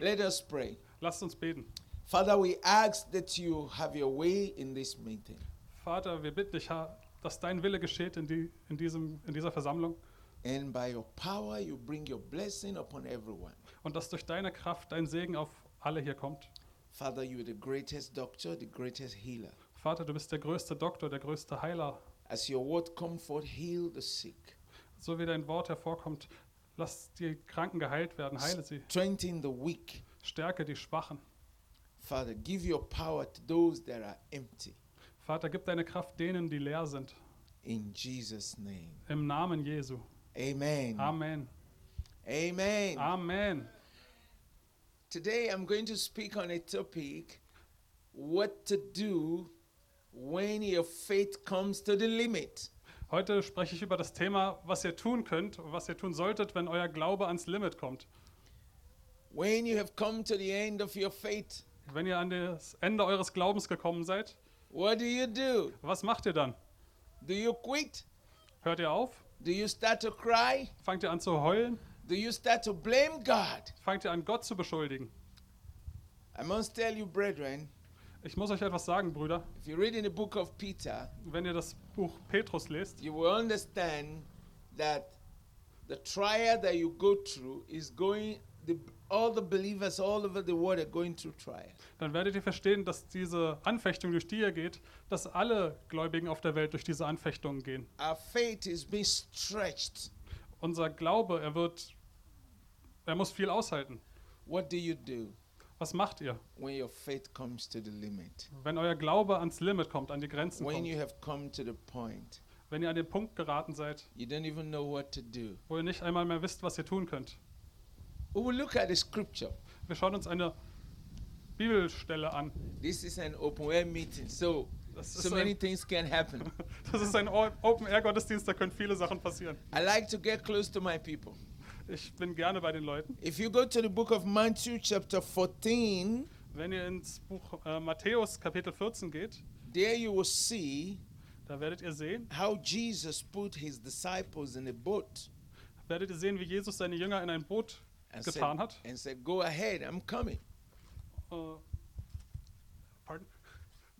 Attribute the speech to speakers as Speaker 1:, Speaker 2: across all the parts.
Speaker 1: Let us pray.
Speaker 2: Lasst uns beten.
Speaker 1: Father, we ask that you have your way in this meeting.
Speaker 2: Vater, wir bitten dich, Herr, dass dein Wille geschieht in, die, in, diesem, in dieser Versammlung
Speaker 1: And by your power, you bring your blessing upon everyone.
Speaker 2: und dass durch deine Kraft dein Segen auf alle hier kommt.
Speaker 1: Father, you are the greatest doctor, the greatest healer.
Speaker 2: Vater, du bist der größte Doktor, der größte Heiler.
Speaker 1: As your word come forth, heal the sick,
Speaker 2: So wie dein Wort hervorkommt, lass die Kranken geheilt werden, heile sie,
Speaker 1: strengthen the weak.
Speaker 2: stärke die Schwachen.
Speaker 1: Father, give your power to those that are empty.
Speaker 2: Vater, gib deine Kraft denen, die leer sind.
Speaker 1: In Jesus' name.
Speaker 2: Im Namen Jesu.
Speaker 1: Amen.
Speaker 2: Amen.
Speaker 1: Amen.
Speaker 2: Amen.
Speaker 1: Today, I'm going to speak on a topic what to do when your faith comes to the limit.
Speaker 2: Heute spreche ich über das Thema, was ihr tun könnt und was ihr tun solltet, wenn euer Glaube ans Limit kommt.
Speaker 1: When you have come to the end of your faith,
Speaker 2: Wenn ihr an das Ende eures Glaubens gekommen seid,
Speaker 1: what do you do?
Speaker 2: was macht ihr dann?
Speaker 1: Do you quit?
Speaker 2: Hört ihr auf?
Speaker 1: Do you start to cry?
Speaker 2: Fangt ihr an zu heulen?
Speaker 1: Do you start to blame God?
Speaker 2: Fangt ihr an, Gott zu beschuldigen?
Speaker 1: I must tell you, brethren,
Speaker 2: Ich muss euch etwas sagen, Brüder.
Speaker 1: if you read in the book of Peter,
Speaker 2: Wenn ihr das Buch Petrus lest,
Speaker 1: you will understand that the trial that you go through is going, the, all the believers all over the world are going through trial.
Speaker 2: dann werdet ihr verstehen, dass diese Anfechtung, durch die ihr geht, dass alle Gläubigen auf der Welt durch diese Anfechtungen gehen.
Speaker 1: Our faith is being stretched.
Speaker 2: Unser Glaube, er wird, er muss viel aushalten.
Speaker 1: What do you do
Speaker 2: Was macht ihr,
Speaker 1: when your faith comes to the limit?
Speaker 2: wenn euer Glaube ans Limit kommt, an die Grenzen
Speaker 1: When
Speaker 2: kommt?
Speaker 1: you have come to the point,
Speaker 2: Wenn ihr an den Punkt geraten seid,
Speaker 1: you don't even know what to do.
Speaker 2: wo ihr nicht einmal mehr wisst, was ihr tun könnt?
Speaker 1: We will look at the scripture.
Speaker 2: Wir schauen uns eine Bibelstelle an.
Speaker 1: This is an open air meeting, so
Speaker 2: Das ist
Speaker 1: so
Speaker 2: ein-
Speaker 1: many things can happen.
Speaker 2: Das ist ein O- Open-Air-Gottesdienst, da können viele Sachen passieren.
Speaker 1: I like to get close to my people.
Speaker 2: Ich bin gerne bei den Leuten.
Speaker 1: If you go to the book of Matthew, chapter 14,
Speaker 2: Wenn ihr ins Buch äh, Matthäus Kapitel 14 geht,
Speaker 1: there you will see
Speaker 2: da werdet ihr sehen,
Speaker 1: how Jesus put his disciples in a boat
Speaker 2: werdet ihr sehen, wie Jesus seine Jünger in ein Boot
Speaker 1: and said,
Speaker 2: getan hat.
Speaker 1: and said, Go ahead, I'm coming.
Speaker 2: Äh, pardon?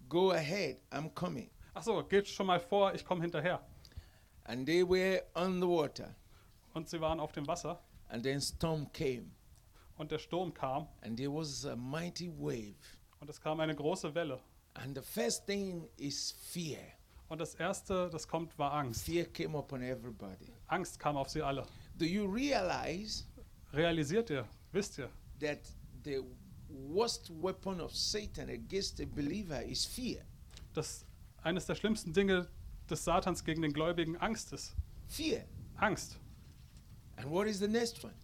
Speaker 1: Go ahead, I'm coming.
Speaker 2: Achso, geht schon mal vor, ich komme hinterher.
Speaker 1: And they were on the water,
Speaker 2: Und sie waren auf dem Wasser
Speaker 1: and then storm came,
Speaker 2: und der Sturm kam
Speaker 1: and there was a mighty wave.
Speaker 2: und es kam eine große Welle.
Speaker 1: And the first thing is fear.
Speaker 2: Und das Erste, das kommt, war Angst.
Speaker 1: Fear came upon everybody.
Speaker 2: Angst kam auf sie alle.
Speaker 1: Do you realize
Speaker 2: Realisiert ihr, wisst ihr,
Speaker 1: that the worst weapon of Satan against a believer is fear?
Speaker 2: dass eines der schlimmsten Dinge des Satans gegen den Gläubigen Angst ist.
Speaker 1: Fear.
Speaker 2: Angst.
Speaker 1: And what is the next one?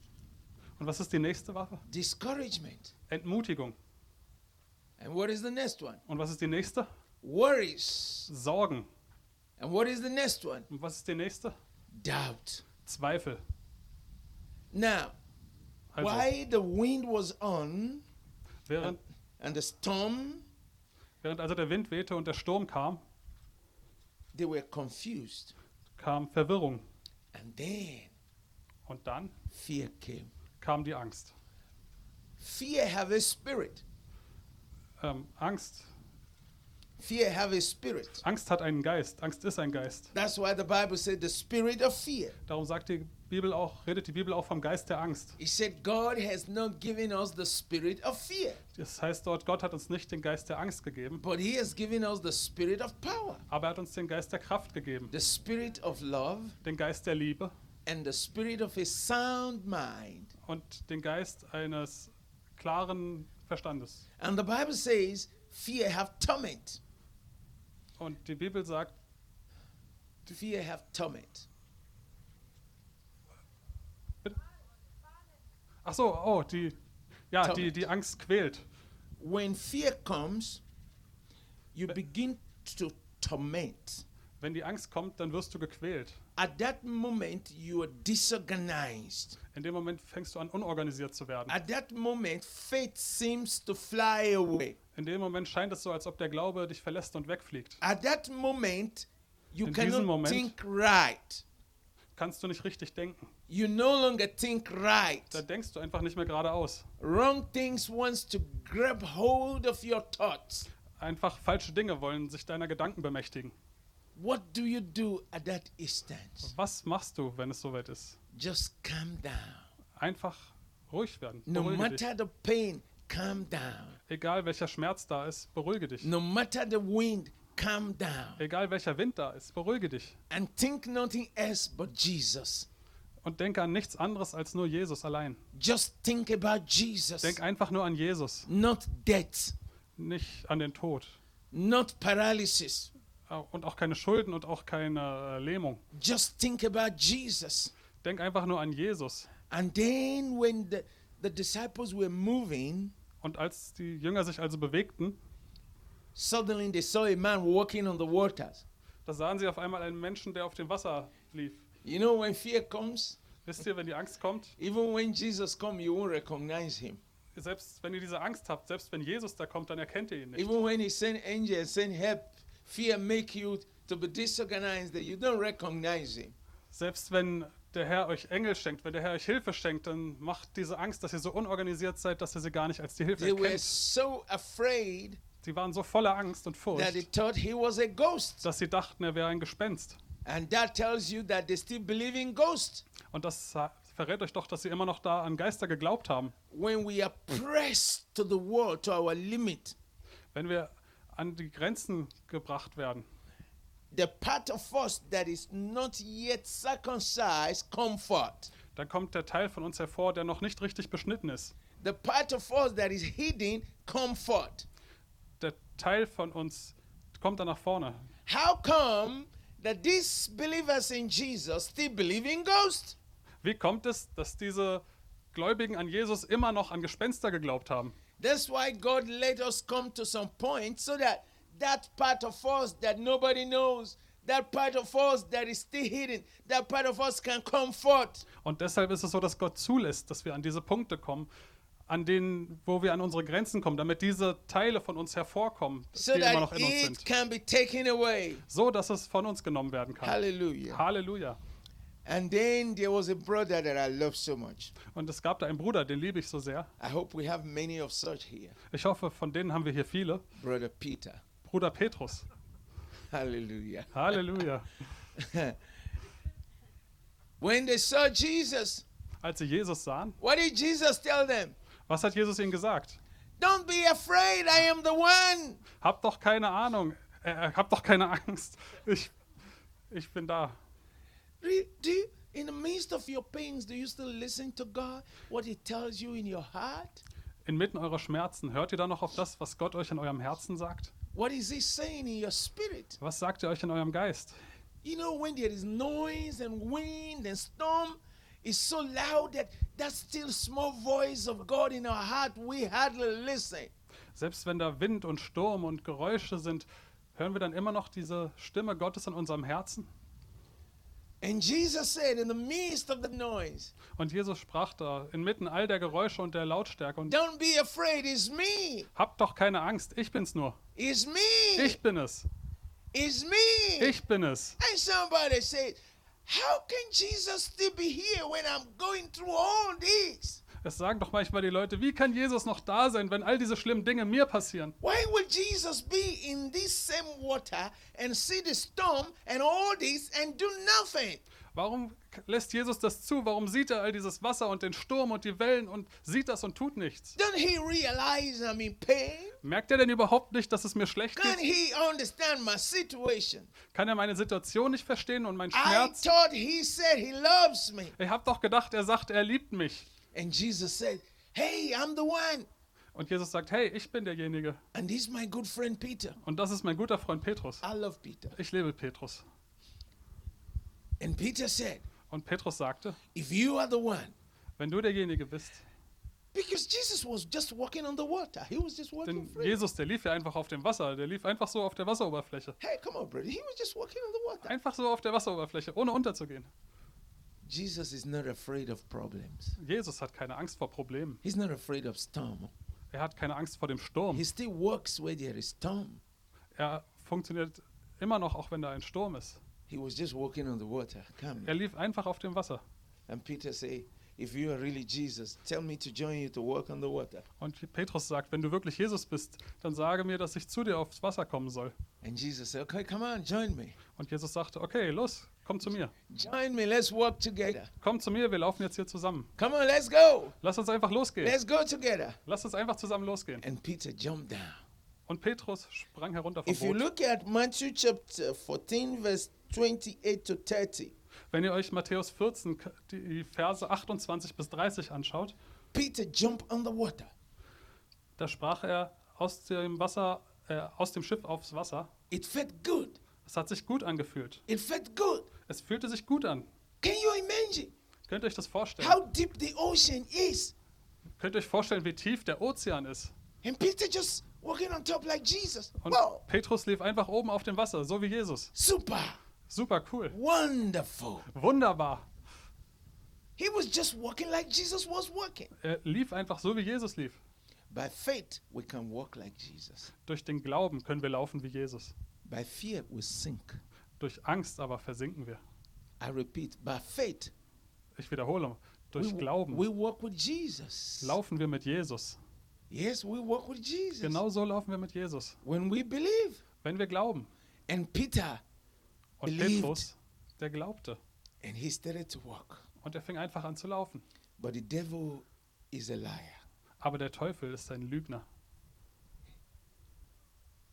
Speaker 2: Und was ist die nächste Waffe?
Speaker 1: Discouragement.
Speaker 2: Entmutigung.
Speaker 1: And what is the next one?
Speaker 2: Und was ist die nächste?
Speaker 1: Worries.
Speaker 2: Sorgen.
Speaker 1: And what is the next one?
Speaker 2: Und was ist die nächste?
Speaker 1: Doubt.
Speaker 2: Zweifel.
Speaker 1: Now,
Speaker 2: Also,
Speaker 1: why the wind was on
Speaker 2: während,
Speaker 1: and the storm,
Speaker 2: während also der Wind wehte und der Sturm kam,
Speaker 1: they were confused.
Speaker 2: kam Verwirrung.
Speaker 1: And then
Speaker 2: Und dann
Speaker 1: fear came.
Speaker 2: kam die Angst.
Speaker 1: Fear have a spirit.
Speaker 2: Ähm, Angst.
Speaker 1: Fear have a spirit.
Speaker 2: Angst hat einen Geist. Angst ist ein Geist.
Speaker 1: That's why the Bible said the spirit of fear.
Speaker 2: Darum sagt die Bibel auch, redet die Bibel auch vom Geist der Angst.
Speaker 1: He said God has not given us the spirit of fear,
Speaker 2: Das heißt dort, Gott hat uns nicht den Geist der Angst gegeben,
Speaker 1: but he has given us the spirit of power,
Speaker 2: aber er hat uns den Geist der Kraft gegeben,
Speaker 1: the spirit of love,
Speaker 2: den Geist der Liebe
Speaker 1: and the spirit of a sound mind.
Speaker 2: und den Geist eines klaren Verstandes.
Speaker 1: And the Bible says, fear have torment.
Speaker 2: Und die Bibel sagt,
Speaker 1: Fear have torment.
Speaker 2: ach so, oh, die, ja, die,
Speaker 1: Torment.
Speaker 2: die Angst quält.
Speaker 1: When fear comes, you begin to torment.
Speaker 2: Wenn die Angst kommt, dann wirst du gequält.
Speaker 1: At that moment, you are disorganized.
Speaker 2: In dem Moment fängst du an, unorganisiert zu werden.
Speaker 1: At that moment, faith seems to fly away.
Speaker 2: In dem Moment scheint es so, als ob der Glaube dich verlässt und wegfliegt.
Speaker 1: At that moment, you
Speaker 2: In diesem
Speaker 1: cannot
Speaker 2: Moment-
Speaker 1: think right.
Speaker 2: Kannst du nicht richtig denken.
Speaker 1: You no longer think right.
Speaker 2: Da denkst du einfach nicht mehr geradeaus.
Speaker 1: Wrong things wants to grab hold of your thoughts.
Speaker 2: Einfach falsche Dinge wollen sich deiner Gedanken bemächtigen.
Speaker 1: What do you do at that instance?
Speaker 2: Was machst du, wenn es soweit ist?
Speaker 1: Just calm down.
Speaker 2: Einfach ruhig werden.
Speaker 1: No
Speaker 2: Beruhige dich.
Speaker 1: matter the pain, calm down.
Speaker 2: Egal welcher Schmerz da ist, beruhige dich.
Speaker 1: No matter the wind, calm down.
Speaker 2: Egal welcher Wind da ist, beruhige dich.
Speaker 1: And think nothing else but Jesus.
Speaker 2: Und denke an nichts anderes als nur Jesus allein.
Speaker 1: Just think about Jesus.
Speaker 2: Denk einfach nur an Jesus,
Speaker 1: Not death,
Speaker 2: nicht an den Tod.
Speaker 1: not paralysis.
Speaker 2: Äh, Und auch keine Schulden und auch keine äh, Lähmung.
Speaker 1: Just think about Jesus.
Speaker 2: Denk einfach nur an Jesus.
Speaker 1: And then when the, the disciples were moving,
Speaker 2: Und als die Jünger sich also bewegten,
Speaker 1: suddenly they saw a man walking on the waters.
Speaker 2: da sahen sie auf einmal einen Menschen, der auf dem Wasser lief.
Speaker 1: You know, when fear comes,
Speaker 2: Wisst ihr, wenn die Angst kommt,
Speaker 1: even when Jesus comes, you won't recognize him.
Speaker 2: selbst wenn ihr diese Angst habt, selbst wenn Jesus da kommt, dann erkennt ihr ihn nicht.
Speaker 1: Even when he sent angels, send help, fear make you to be disorganized that you don't recognize him.
Speaker 2: Selbst wenn der Herr euch Engel schenkt, wenn der Herr euch Hilfe schenkt, dann macht diese Angst, dass ihr so unorganisiert seid, dass ihr sie gar nicht als die Hilfe
Speaker 1: They were
Speaker 2: erkennt.
Speaker 1: so afraid
Speaker 2: Sie waren so voller Angst und
Speaker 1: that they
Speaker 2: Furcht,
Speaker 1: thought he was a ghost.
Speaker 2: dass sie dachten, er wäre ein Gespenst.
Speaker 1: And that tells you that they still believe in ghosts.
Speaker 2: Und das sa- verrät euch doch, dass sie immer noch da an Geister geglaubt haben.
Speaker 1: When we are pressed to the world, to our limit,
Speaker 2: Wenn wir an die Grenzen gebracht werden,
Speaker 1: the part of us that is not yet circumcised comfort.
Speaker 2: dann kommt der Teil von uns hervor, der noch nicht richtig beschnitten ist.
Speaker 1: The part of us that is hidden comfort.
Speaker 2: Der Teil von uns kommt dann nach vorne.
Speaker 1: How come that these believers in Jesus still believe in ghosts?
Speaker 2: Wie kommt es, dass diese Gläubigen an Jesus immer noch an Gespenster geglaubt haben?
Speaker 1: That's why God let us come to some point so that that part of us that nobody knows, that part of us that is still hidden, that part of us can come forth.
Speaker 2: Und deshalb ist es so, dass Gott zulässt, dass wir an diese Punkte kommen, an denen, wo wir an unsere Grenzen kommen, damit diese Teile von uns hervorkommen,
Speaker 1: so
Speaker 2: die immer
Speaker 1: that
Speaker 2: noch in uns
Speaker 1: it
Speaker 2: sind,
Speaker 1: can be taken away.
Speaker 2: so dass es von uns genommen werden kann.
Speaker 1: Hallelujah.
Speaker 2: Halleluja.
Speaker 1: And then there was a brother that I love so much.
Speaker 2: Und es gab da einen Bruder, den liebe ich so sehr.
Speaker 1: I hope we have many of such here.
Speaker 2: Ich hoffe, von denen haben wir hier viele.
Speaker 1: Brother Peter.
Speaker 2: Bruder Petrus.
Speaker 1: Hallelujah.
Speaker 2: Halleluja.
Speaker 1: When they saw Jesus,
Speaker 2: Als sie Jesus sahen,
Speaker 1: what did Jesus tell them?
Speaker 2: was hat Jesus ihnen gesagt?
Speaker 1: Don't be afraid, I am the one.
Speaker 2: Habt doch keine Ahnung, äh, äh, habt doch keine Angst. Ich, ich bin da.
Speaker 1: Re- Do you, in the midst of your pains, do you still listen to God? What He tells you in your heart?
Speaker 2: Inmitten eurer Schmerzen, hört ihr da noch auf das, was Gott euch in eurem Herzen sagt?
Speaker 1: What is He saying in your spirit?
Speaker 2: Was sagt er euch in eurem Geist?
Speaker 1: You know, when there is noise and wind and storm, it's so loud that that still small voice of God in our heart, we hardly listen.
Speaker 2: Selbst wenn da Wind und Sturm und Geräusche sind, hören wir dann immer noch diese Stimme Gottes in unserem Herzen?
Speaker 1: And Jesus said, in the midst of the noise,
Speaker 2: Und Jesus sprach da inmitten all der Geräusche und der Lautstärke und
Speaker 1: Don't be afraid, it's me.
Speaker 2: habt doch keine Angst, ich bin's nur.
Speaker 1: It's me.
Speaker 2: Ich bin es.
Speaker 1: It's me.
Speaker 2: Ich bin es.
Speaker 1: And somebody said, How can Jesus still be here when I'm going through all this?
Speaker 2: Es sagen doch manchmal die Leute, wie kann Jesus noch da sein, wenn all diese schlimmen Dinge mir passieren?
Speaker 1: Why would Jesus be in this same water and see the storm and all this and do nothing?
Speaker 2: Warum k- lässt Jesus das zu? Warum sieht er all dieses Wasser und den Sturm und die Wellen und sieht das und tut nichts?
Speaker 1: Don't he realize I'm in pain?
Speaker 2: Merkt er denn überhaupt nicht, dass es mir schlecht
Speaker 1: Can't
Speaker 2: geht?
Speaker 1: he understand my situation?
Speaker 2: Kann er meine Situation nicht verstehen und meinen
Speaker 1: I
Speaker 2: Schmerz?
Speaker 1: thought he said he loves me.
Speaker 2: Ich habe doch gedacht, er sagt, er liebt mich.
Speaker 1: And Jesus said, Hey, I'm the one.
Speaker 2: Und Jesus sagt, hey, ich bin derjenige.
Speaker 1: And he's my good friend Peter.
Speaker 2: Und das ist mein guter Freund Petrus.
Speaker 1: I love Peter.
Speaker 2: Ich liebe Petrus.
Speaker 1: And Peter said,
Speaker 2: Und Petrus sagte,
Speaker 1: If you are the one,
Speaker 2: wenn du derjenige bist,
Speaker 1: Because Jesus was just walking on the water. He was just walking
Speaker 2: denn
Speaker 1: free.
Speaker 2: Jesus, der lief ja einfach auf dem Wasser, der lief einfach so auf der Wasseroberfläche.
Speaker 1: Hey, come on, brother. He was just walking on the water.
Speaker 2: Einfach so auf der Wasseroberfläche, ohne unterzugehen.
Speaker 1: Jesus is not afraid of problems.
Speaker 2: Jesus hat keine Angst vor Problemen.
Speaker 1: He's not afraid of storm.
Speaker 2: Er hat keine Angst vor dem Sturm.
Speaker 1: He still walks where there is storm.
Speaker 2: Er funktioniert immer noch, auch wenn da ein Sturm ist.
Speaker 1: He was just walking on the water. Come.
Speaker 2: Er lief einfach auf dem Wasser.
Speaker 1: And Peter say, if you are really Jesus, tell me to join you to walk on the water.
Speaker 2: Und Petrus sagt, wenn du wirklich Jesus bist, dann sage mir, dass ich zu dir aufs Wasser kommen soll.
Speaker 1: And Jesus said, okay, come on, join me.
Speaker 2: Und Jesus sagte, okay, los, komm zu mir.
Speaker 1: Join me, let's walk together.
Speaker 2: Komm zu mir, wir laufen jetzt hier zusammen.
Speaker 1: Come on, let's go.
Speaker 2: Lass uns einfach losgehen.
Speaker 1: Let's go together.
Speaker 2: Lass uns einfach zusammen losgehen.
Speaker 1: And Peter jumped down.
Speaker 2: Und Petrus sprang herunter vom
Speaker 1: If you
Speaker 2: Boot.
Speaker 1: look at Matthew chapter 14, verse 28 to 30,
Speaker 2: Wenn ihr euch Matthäus 14, k- die Verse 28 bis 30 anschaut,
Speaker 1: Peter jumped on the water.
Speaker 2: da sprach er aus dem Wasser, äh, aus dem Schiff aufs Wasser.
Speaker 1: It felt good.
Speaker 2: Es hat sich gut angefühlt.
Speaker 1: It felt good.
Speaker 2: Es fühlte sich gut an.
Speaker 1: Can you imagine
Speaker 2: Könnt ihr euch das vorstellen?
Speaker 1: how deep the ocean is?
Speaker 2: Könnt ihr euch vorstellen, wie tief der Ozean ist?
Speaker 1: And Peter just walking on top like Jesus.
Speaker 2: Und
Speaker 1: Wow.
Speaker 2: Petrus lief einfach oben auf dem Wasser, so wie Jesus.
Speaker 1: Super.
Speaker 2: Super cool.
Speaker 1: Wonderful.
Speaker 2: Wunderbar.
Speaker 1: He was just walking like Jesus was walking.
Speaker 2: Er lief einfach so, wie Jesus lief.
Speaker 1: By faith, we can walk like Jesus.
Speaker 2: Durch den Glauben können wir laufen wie Jesus.
Speaker 1: By fear, we sink.
Speaker 2: Durch Angst aber versinken wir.
Speaker 1: I repeat, by faith,
Speaker 2: Ich wiederhole,
Speaker 1: we,
Speaker 2: durch Glauben
Speaker 1: we walk with Jesus.
Speaker 2: laufen wir mit Jesus.
Speaker 1: Yes, we walk with Jesus.
Speaker 2: Genau so laufen wir mit Jesus.
Speaker 1: When we believe.
Speaker 2: Wenn wir glauben.
Speaker 1: And Peter,
Speaker 2: Und
Speaker 1: Believed.
Speaker 2: Petrus, der glaubte.
Speaker 1: and he started to walk.
Speaker 2: Und er fing einfach an zu laufen.
Speaker 1: But the devil is a liar.
Speaker 2: Aber der Teufel ist ein Lügner.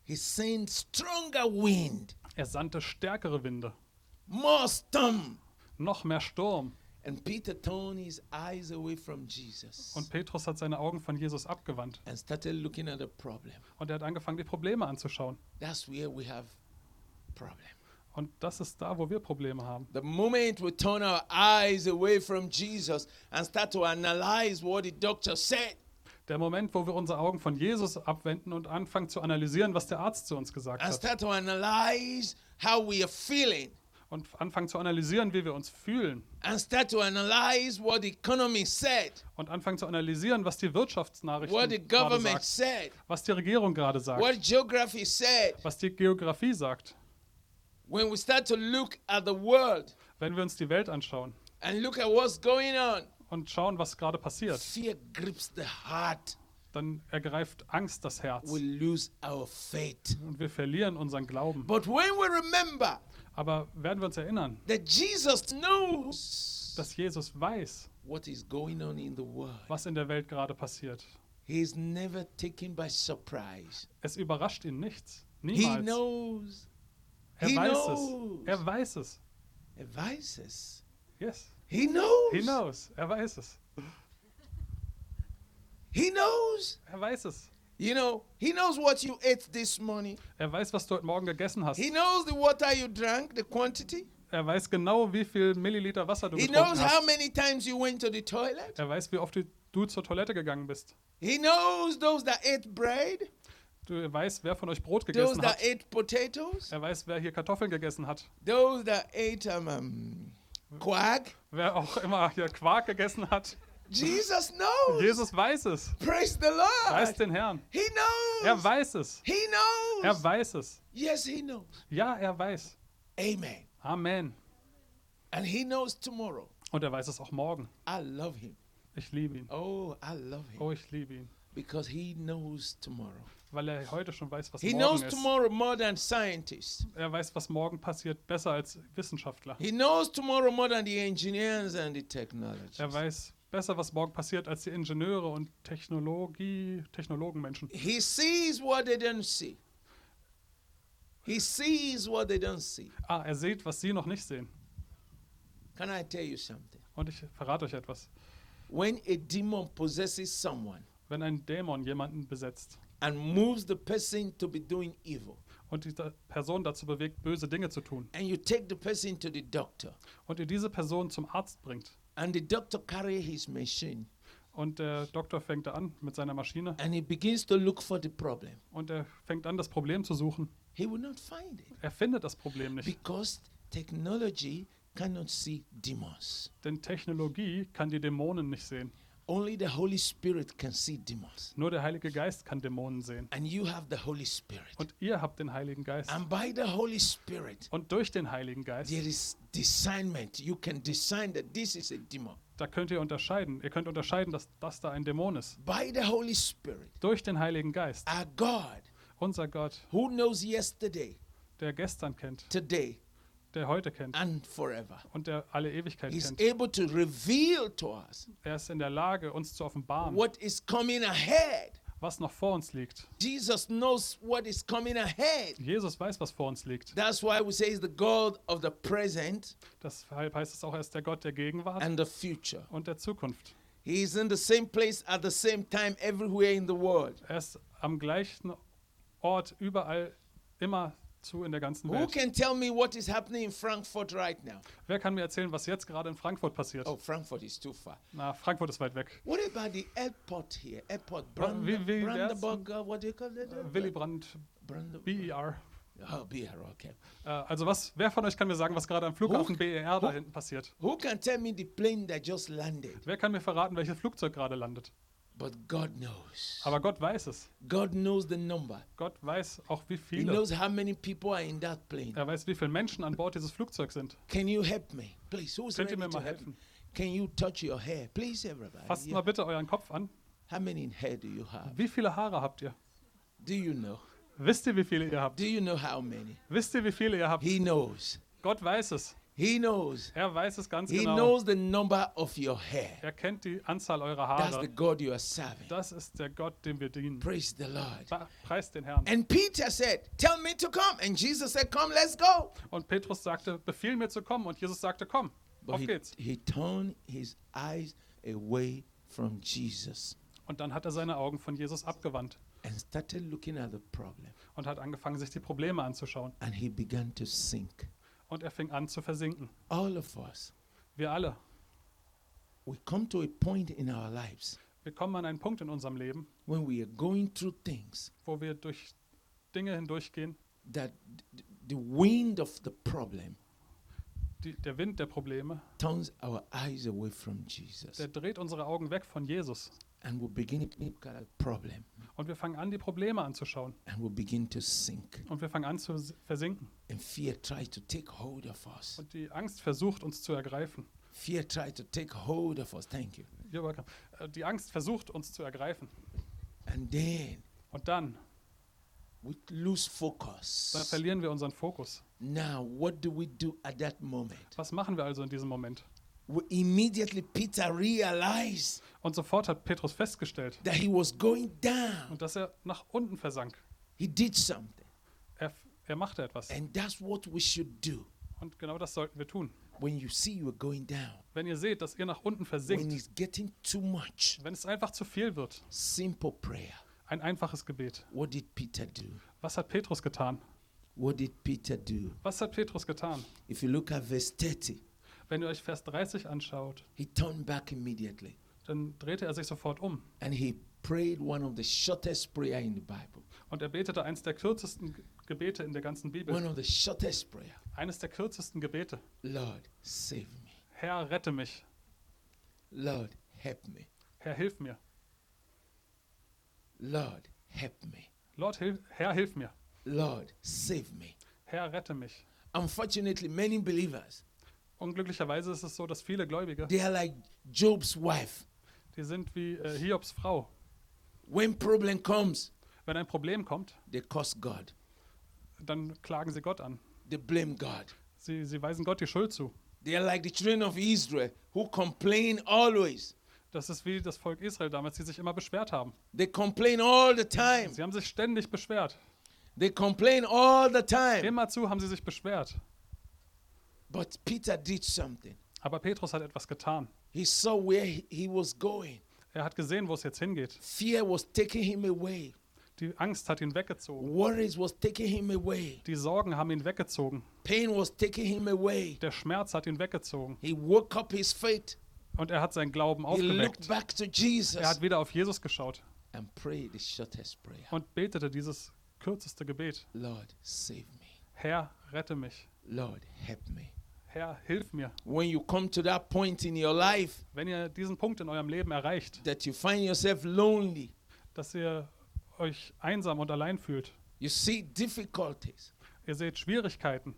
Speaker 1: He sent stronger wind,
Speaker 2: Er sandte stärkere Winde,
Speaker 1: more storm.
Speaker 2: noch mehr Sturm.
Speaker 1: And Peter turned his eyes away from Jesus
Speaker 2: Und Petrus hat seine Augen von Jesus abgewandt.
Speaker 1: and started looking at the problem.
Speaker 2: Und er hat angefangen, die Probleme anzuschauen.
Speaker 1: That's where we have problem.
Speaker 2: Und das ist da, wo wir Probleme haben.
Speaker 1: The moment we turn our eyes away from Jesus and start to analyze what the doctor said
Speaker 2: Der Moment, wo wir unsere Augen von Jesus abwenden und anfangen zu analysieren, was der Arzt zu uns gesagt
Speaker 1: and
Speaker 2: hat.
Speaker 1: start to analyze how we are feeling
Speaker 2: Und anfangen zu analysieren, wie wir uns fühlen.
Speaker 1: and start to analyze what the economy said,
Speaker 2: Und anfangen zu analysieren, was die
Speaker 1: what the
Speaker 2: Wirtschaftsnachrichten gerade
Speaker 1: government
Speaker 2: sagt.
Speaker 1: said,
Speaker 2: Was die Regierung gerade sagt.
Speaker 1: what geography said,
Speaker 2: Was die Geografie sagt.
Speaker 1: when we start to look at the world
Speaker 2: Wenn wir uns die Welt anschauen
Speaker 1: and look at what's going on,
Speaker 2: und schauen, was gerade passiert,
Speaker 1: fear grips the heart.
Speaker 2: dann ergreift Angst das Herz.
Speaker 1: We lose our faith.
Speaker 2: Und wir verlieren unseren Glauben.
Speaker 1: But when we remember
Speaker 2: Aber werden wir uns erinnern,
Speaker 1: that Jesus knows
Speaker 2: dass Jesus weiß,
Speaker 1: what is going on in the world,
Speaker 2: was in der Welt gerade passiert.
Speaker 1: He is never taken by surprise.
Speaker 2: Es überrascht ihn nichts.
Speaker 1: He
Speaker 2: Niemals.
Speaker 1: knows,
Speaker 2: Er
Speaker 1: He
Speaker 2: weiß
Speaker 1: knows.
Speaker 2: es. Er weiß es.
Speaker 1: advises.
Speaker 2: Yes.
Speaker 1: He knows.
Speaker 2: He knows. Er weiß es.
Speaker 1: He knows.
Speaker 2: Er weiß es.
Speaker 1: You know, he knows what you ate this morning.
Speaker 2: Er weiß, was du heute Morgen gegessen hast.
Speaker 1: He knows the water you drank, the quantity.
Speaker 2: Er weiß genau, wie viel Milliliter Wasser du
Speaker 1: He
Speaker 2: getrunken
Speaker 1: knows how
Speaker 2: hast.
Speaker 1: many times you went to the toilet.
Speaker 2: Er weiß, wie oft du- du zur Toilette gegangen bist.
Speaker 1: He knows those that ate bread,
Speaker 2: Du er weiß, wer von euch Brot
Speaker 1: those
Speaker 2: gegessen
Speaker 1: that
Speaker 2: hat.
Speaker 1: ate potatoes,
Speaker 2: Er weiß, wer hier Kartoffeln gegessen hat.
Speaker 1: those that ate um, um, quack.
Speaker 2: Wer auch immer hier Quark gegessen hat.
Speaker 1: Jesus knows.
Speaker 2: Jesus weiß es.
Speaker 1: Praise the Lord.
Speaker 2: Weiß den Herrn.
Speaker 1: He
Speaker 2: Er
Speaker 1: knows.
Speaker 2: weiß es.
Speaker 1: He knows.
Speaker 2: Er weiß es.
Speaker 1: yes, he knows.
Speaker 2: Ja, er weiß.
Speaker 1: Amen.
Speaker 2: Amen.
Speaker 1: And he knows tomorrow.
Speaker 2: Und er weiß es auch morgen.
Speaker 1: I love him.
Speaker 2: Ich liebe ihn.
Speaker 1: Oh, I love him.
Speaker 2: Oh, ich liebe ihn.
Speaker 1: Because he knows tomorrow.
Speaker 2: Weil er heute schon weiß, was
Speaker 1: He
Speaker 2: morgen
Speaker 1: knows
Speaker 2: ist.
Speaker 1: tomorrow more than scientists.
Speaker 2: Er weiß, was morgen passiert, besser als Wissenschaftler.
Speaker 1: He knows tomorrow more than the engineers and the technologists.
Speaker 2: Er weiß besser, was morgen passiert, als die Ingenieure und Technologie, Technologenmenschen.
Speaker 1: He sees what they don't see. He sees what they don't see.
Speaker 2: Ah, er sieht, was sie noch nicht sehen.
Speaker 1: Can I tell you something?
Speaker 2: Und ich verrate euch etwas.
Speaker 1: When a demon possesses someone
Speaker 2: Wenn ein Dämon jemanden besetzt
Speaker 1: and moves the person to be doing evil,
Speaker 2: und diese Person dazu bewegt, böse Dinge zu tun
Speaker 1: and you take the person to the doctor,
Speaker 2: und ihr diese Person zum Arzt bringt
Speaker 1: and the doctor carries his machine,
Speaker 2: und der Doktor fängt an mit seiner Maschine
Speaker 1: and he begins to look for the problem,
Speaker 2: und er fängt an, das Problem zu suchen.
Speaker 1: he will not find it
Speaker 2: Er findet das Problem nicht,
Speaker 1: because technology cannot see demons.
Speaker 2: denn Technologie kann die Dämonen nicht sehen.
Speaker 1: Only the Holy Spirit can see demons.
Speaker 2: Nur der Heilige Geist kann Dämonen sehen.
Speaker 1: And you have the Holy Spirit.
Speaker 2: Und ihr habt den Heiligen Geist.
Speaker 1: And by the Holy Spirit,
Speaker 2: Und durch den Heiligen Geist,
Speaker 1: there is discernment. You can discern that this is a demon.
Speaker 2: da könnt ihr unterscheiden. Ihr könnt unterscheiden, dass das da ein Dämon ist.
Speaker 1: By the Holy Spirit,
Speaker 2: Durch den Heiligen Geist.
Speaker 1: our God,
Speaker 2: Unser Gott,
Speaker 1: who knows yesterday,
Speaker 2: der gestern kennt,
Speaker 1: today,
Speaker 2: der heute kennt
Speaker 1: and forever,
Speaker 2: und der alle Ewigkeit
Speaker 1: is
Speaker 2: kennt.
Speaker 1: able to reveal to us
Speaker 2: Er ist in der Lage, uns zu offenbaren,
Speaker 1: what is coming ahead.
Speaker 2: was noch vor uns liegt.
Speaker 1: Jesus knows what is coming ahead.
Speaker 2: Jesus weiß, was vor uns liegt.
Speaker 1: That's why we say he's the God of the present
Speaker 2: Deshalb heißt es auch, er ist der Gott der Gegenwart
Speaker 1: and the future.
Speaker 2: und der Zukunft.
Speaker 1: He is in the same place at the same time everywhere in the world.
Speaker 2: Er ist am gleichen Ort überall immer zu in der ganzen
Speaker 1: Who
Speaker 2: Welt.
Speaker 1: can tell me what is happening in Frankfurt right now?
Speaker 2: Wer kann mir erzählen, was jetzt gerade in Frankfurt passiert?
Speaker 1: Oh, Frankfurt is too far.
Speaker 2: Na, Frankfurt ist weit weg.
Speaker 1: What about the airport here? Airport
Speaker 2: Well, we-
Speaker 1: Branden-
Speaker 2: we- there's-
Speaker 1: Brandenburg, uh, what do you call it?
Speaker 2: Äh, Willy Brandt,
Speaker 1: Brandenburg.
Speaker 2: BER.
Speaker 1: Oh, BR, okay.
Speaker 2: Äh, also was, wer von euch kann mir sagen, was gerade am Flughafen
Speaker 1: Hoch-
Speaker 2: BER da
Speaker 1: hoch-
Speaker 2: hinten passiert?
Speaker 1: Who can tell me the plane that just landed?
Speaker 2: Wer kann mir verraten, welches Flugzeug gerade landet?
Speaker 1: But God knows.
Speaker 2: Aber Gott weiß es.
Speaker 1: God knows the number.
Speaker 2: Gott weiß auch, wie
Speaker 1: He
Speaker 2: viele.
Speaker 1: knows how many people are in that plane.
Speaker 2: Er weiß, wie viele Menschen an Bord dieses Flugzeugs sind.
Speaker 1: Can you help me? Please, who's
Speaker 2: Könnt ihr
Speaker 1: ready
Speaker 2: mir
Speaker 1: to
Speaker 2: mal
Speaker 1: help me?
Speaker 2: helfen?
Speaker 1: Can you touch your hair? Please, everybody.
Speaker 2: Fasst
Speaker 1: Yeah.
Speaker 2: mal bitte euren Kopf an.
Speaker 1: How many in hair do you have?
Speaker 2: Wie viele Haare habt ihr?
Speaker 1: Do you know?
Speaker 2: Wisst ihr, wie viele ihr habt?
Speaker 1: Do you know how many?
Speaker 2: Wisst ihr, wie viele ihr habt?
Speaker 1: He knows.
Speaker 2: Gott weiß es.
Speaker 1: He knows.
Speaker 2: Er weiß es ganz
Speaker 1: He
Speaker 2: genau.
Speaker 1: knows the number of your hair.
Speaker 2: Er kennt die Anzahl eurer
Speaker 1: That's the
Speaker 2: Haare.
Speaker 1: God you are serving.
Speaker 2: Das ist der Gott, dem wir dienen.
Speaker 1: Praise the Lord.
Speaker 2: Ba- Preist den Herrn.
Speaker 1: And Peter said, Tell me to come. And Jesus said, Come, let's go.
Speaker 2: Und Petrus sagte, befiehl mir zu kommen. Und Jesus sagte, komm,
Speaker 1: But
Speaker 2: auf
Speaker 1: he,
Speaker 2: geht's.
Speaker 1: he turned his eyes away from Jesus
Speaker 2: Und dann hat er seine Augen von Jesus abgewandt
Speaker 1: and started looking at the problem.
Speaker 2: und hat angefangen, sich die Probleme anzuschauen.
Speaker 1: And he began to sink.
Speaker 2: Und er fing an zu versinken.
Speaker 1: All of us,
Speaker 2: Wir alle.
Speaker 1: we come to a point in our lives
Speaker 2: Wir kommen an einen Punkt in unserem Leben,
Speaker 1: when we are going through things
Speaker 2: wo wir durch Dinge hindurchgehen,
Speaker 1: that th- the wind of the problem
Speaker 2: die, der Wind der Probleme,
Speaker 1: turns our eyes away from Jesus.
Speaker 2: der dreht unsere Augen weg von Jesus.
Speaker 1: and we begin to look at a problem
Speaker 2: Und wir fangen an, die Probleme anzuschauen.
Speaker 1: and we begin to sink.
Speaker 2: Und wir fangen an zu s- versinken.
Speaker 1: And fear tries to take hold of us.
Speaker 2: Und die Angst versucht, uns zu ergreifen.
Speaker 1: Fear tries to take hold of us. Thank you.
Speaker 2: You're welcome. Äh, Die Angst versucht, uns zu ergreifen.
Speaker 1: And then
Speaker 2: Und dann,
Speaker 1: we lose
Speaker 2: dann
Speaker 1: focus.
Speaker 2: verlieren wir unseren Fokus.
Speaker 1: Now, what do we do at that moment?
Speaker 2: Was machen wir also in diesem Moment?
Speaker 1: We immediately Peter realized
Speaker 2: Und sofort hat Petrus festgestellt,
Speaker 1: that he was going down.
Speaker 2: und dass er nach unten versank.
Speaker 1: He did something.
Speaker 2: Er, f- er machte etwas.
Speaker 1: And that's what we should do
Speaker 2: Und genau das sollten wir tun.
Speaker 1: when you see you are going down.
Speaker 2: Wenn ihr seht, dass ihr nach unten
Speaker 1: When
Speaker 2: versinkt,
Speaker 1: it's getting too much.
Speaker 2: wenn es einfach zu viel wird,
Speaker 1: Simple prayer.
Speaker 2: ein einfaches Gebet.
Speaker 1: What did Peter do?
Speaker 2: Was hat Petrus getan?
Speaker 1: What did Peter do?
Speaker 2: Was hat Petrus getan?
Speaker 1: If you look at verse 30,
Speaker 2: Wenn ihr euch Vers 30 anschaut,
Speaker 1: he turned back immediately
Speaker 2: dann drehte er sich sofort um
Speaker 1: and he prayed one of the shortest prayer in the Bible.
Speaker 2: und er betete eines der kürzesten Ge- Gebete in der ganzen
Speaker 1: One
Speaker 2: Bibel.
Speaker 1: of the shortest prayer.
Speaker 2: Eines der kürzesten Gebete.
Speaker 1: Lord, save me.
Speaker 2: Herr, rette mich.
Speaker 1: Lord, help me.
Speaker 2: Herr, hilf mir.
Speaker 1: Lord, help me.
Speaker 2: Lord, hilf, Herr, hilf mir.
Speaker 1: Lord, save me.
Speaker 2: Herr, rette mich.
Speaker 1: Unfortunately, many believers,
Speaker 2: Unglücklicherweise ist es so, dass viele Gläubige,
Speaker 1: they are like Job's wife.
Speaker 2: die sind wie äh, Hiobs Frau.
Speaker 1: When problem comes,
Speaker 2: Wenn ein Problem kommt,
Speaker 1: they curse God.
Speaker 2: dann klagen sie Gott an.
Speaker 1: They blame God.
Speaker 2: Sie, sie weisen Gott die Schuld zu.
Speaker 1: They are like the children of Israel who complain always.
Speaker 2: Das ist wie das Volk Israel damals, die sich immer beschwert haben.
Speaker 1: They complain all the time.
Speaker 2: Sie haben sich ständig beschwert.
Speaker 1: They complain all the time.
Speaker 2: Immerzu haben sie sich beschwert.
Speaker 1: But Peter did something.
Speaker 2: Aber Petrus hat etwas getan.
Speaker 1: He saw where he he was going.
Speaker 2: Er hat gesehen, wo es jetzt hingeht.
Speaker 1: Fear was taking him away.
Speaker 2: Die Angst hat ihn weggezogen.
Speaker 1: Worries was taking him away.
Speaker 2: Die Sorgen haben ihn weggezogen.
Speaker 1: Pain was taking him away.
Speaker 2: Der Schmerz hat ihn weggezogen.
Speaker 1: He woke up his faith.
Speaker 2: Und er hat seinen Glauben
Speaker 1: He looked
Speaker 2: aufgeweckt.
Speaker 1: back to
Speaker 2: Er
Speaker 1: Jesus
Speaker 2: hat wieder auf Jesus geschaut
Speaker 1: and prayed the shortest prayer.
Speaker 2: und betete dieses kürzeste Gebet.
Speaker 1: Lord, save me.
Speaker 2: Herr, rette mich.
Speaker 1: Lord, help me.
Speaker 2: Herr, hilf mir.
Speaker 1: When you come to that point in your life
Speaker 2: Wenn ihr diesen Punkt in eurem Leben erreicht,
Speaker 1: that you find yourself lonely,
Speaker 2: dass ihr euch einsam und allein fühlt,
Speaker 1: you see difficulties,
Speaker 2: ihr seht Schwierigkeiten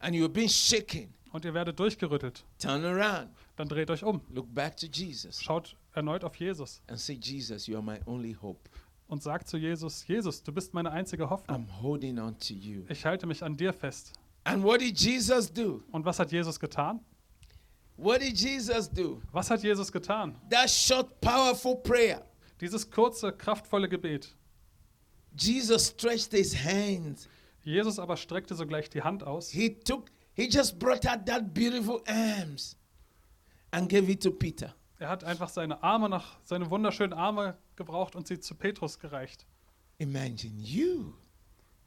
Speaker 1: and you're being shaken,
Speaker 2: und ihr werdet durchgerüttelt,
Speaker 1: turn around,
Speaker 2: dann dreht euch um,
Speaker 1: look back to Jesus,
Speaker 2: schaut erneut auf Jesus
Speaker 1: and say, Jesus, you are my only hope.
Speaker 2: und sagt zu Jesus, Jesus, du bist meine einzige Hoffnung.
Speaker 1: I'm holding on to you.
Speaker 2: Ich halte mich an dir fest.
Speaker 1: And what did Jesus do?
Speaker 2: Und was hat Jesus getan?
Speaker 1: What did Jesus do?
Speaker 2: Was hat Jesus getan?
Speaker 1: That short, powerful prayer.
Speaker 2: Dieses kurze, kraftvolle Gebet.
Speaker 1: Jesus stretched his hands.
Speaker 2: Jesus aber streckte sogleich die Hand aus
Speaker 1: He took, he just brought out that beautiful arms and gave it to Peter.
Speaker 2: Er hat einfach seine Arme nach, seine wunderschönen Arme gebraucht und sie zu Petrus gereicht.
Speaker 1: Imagine you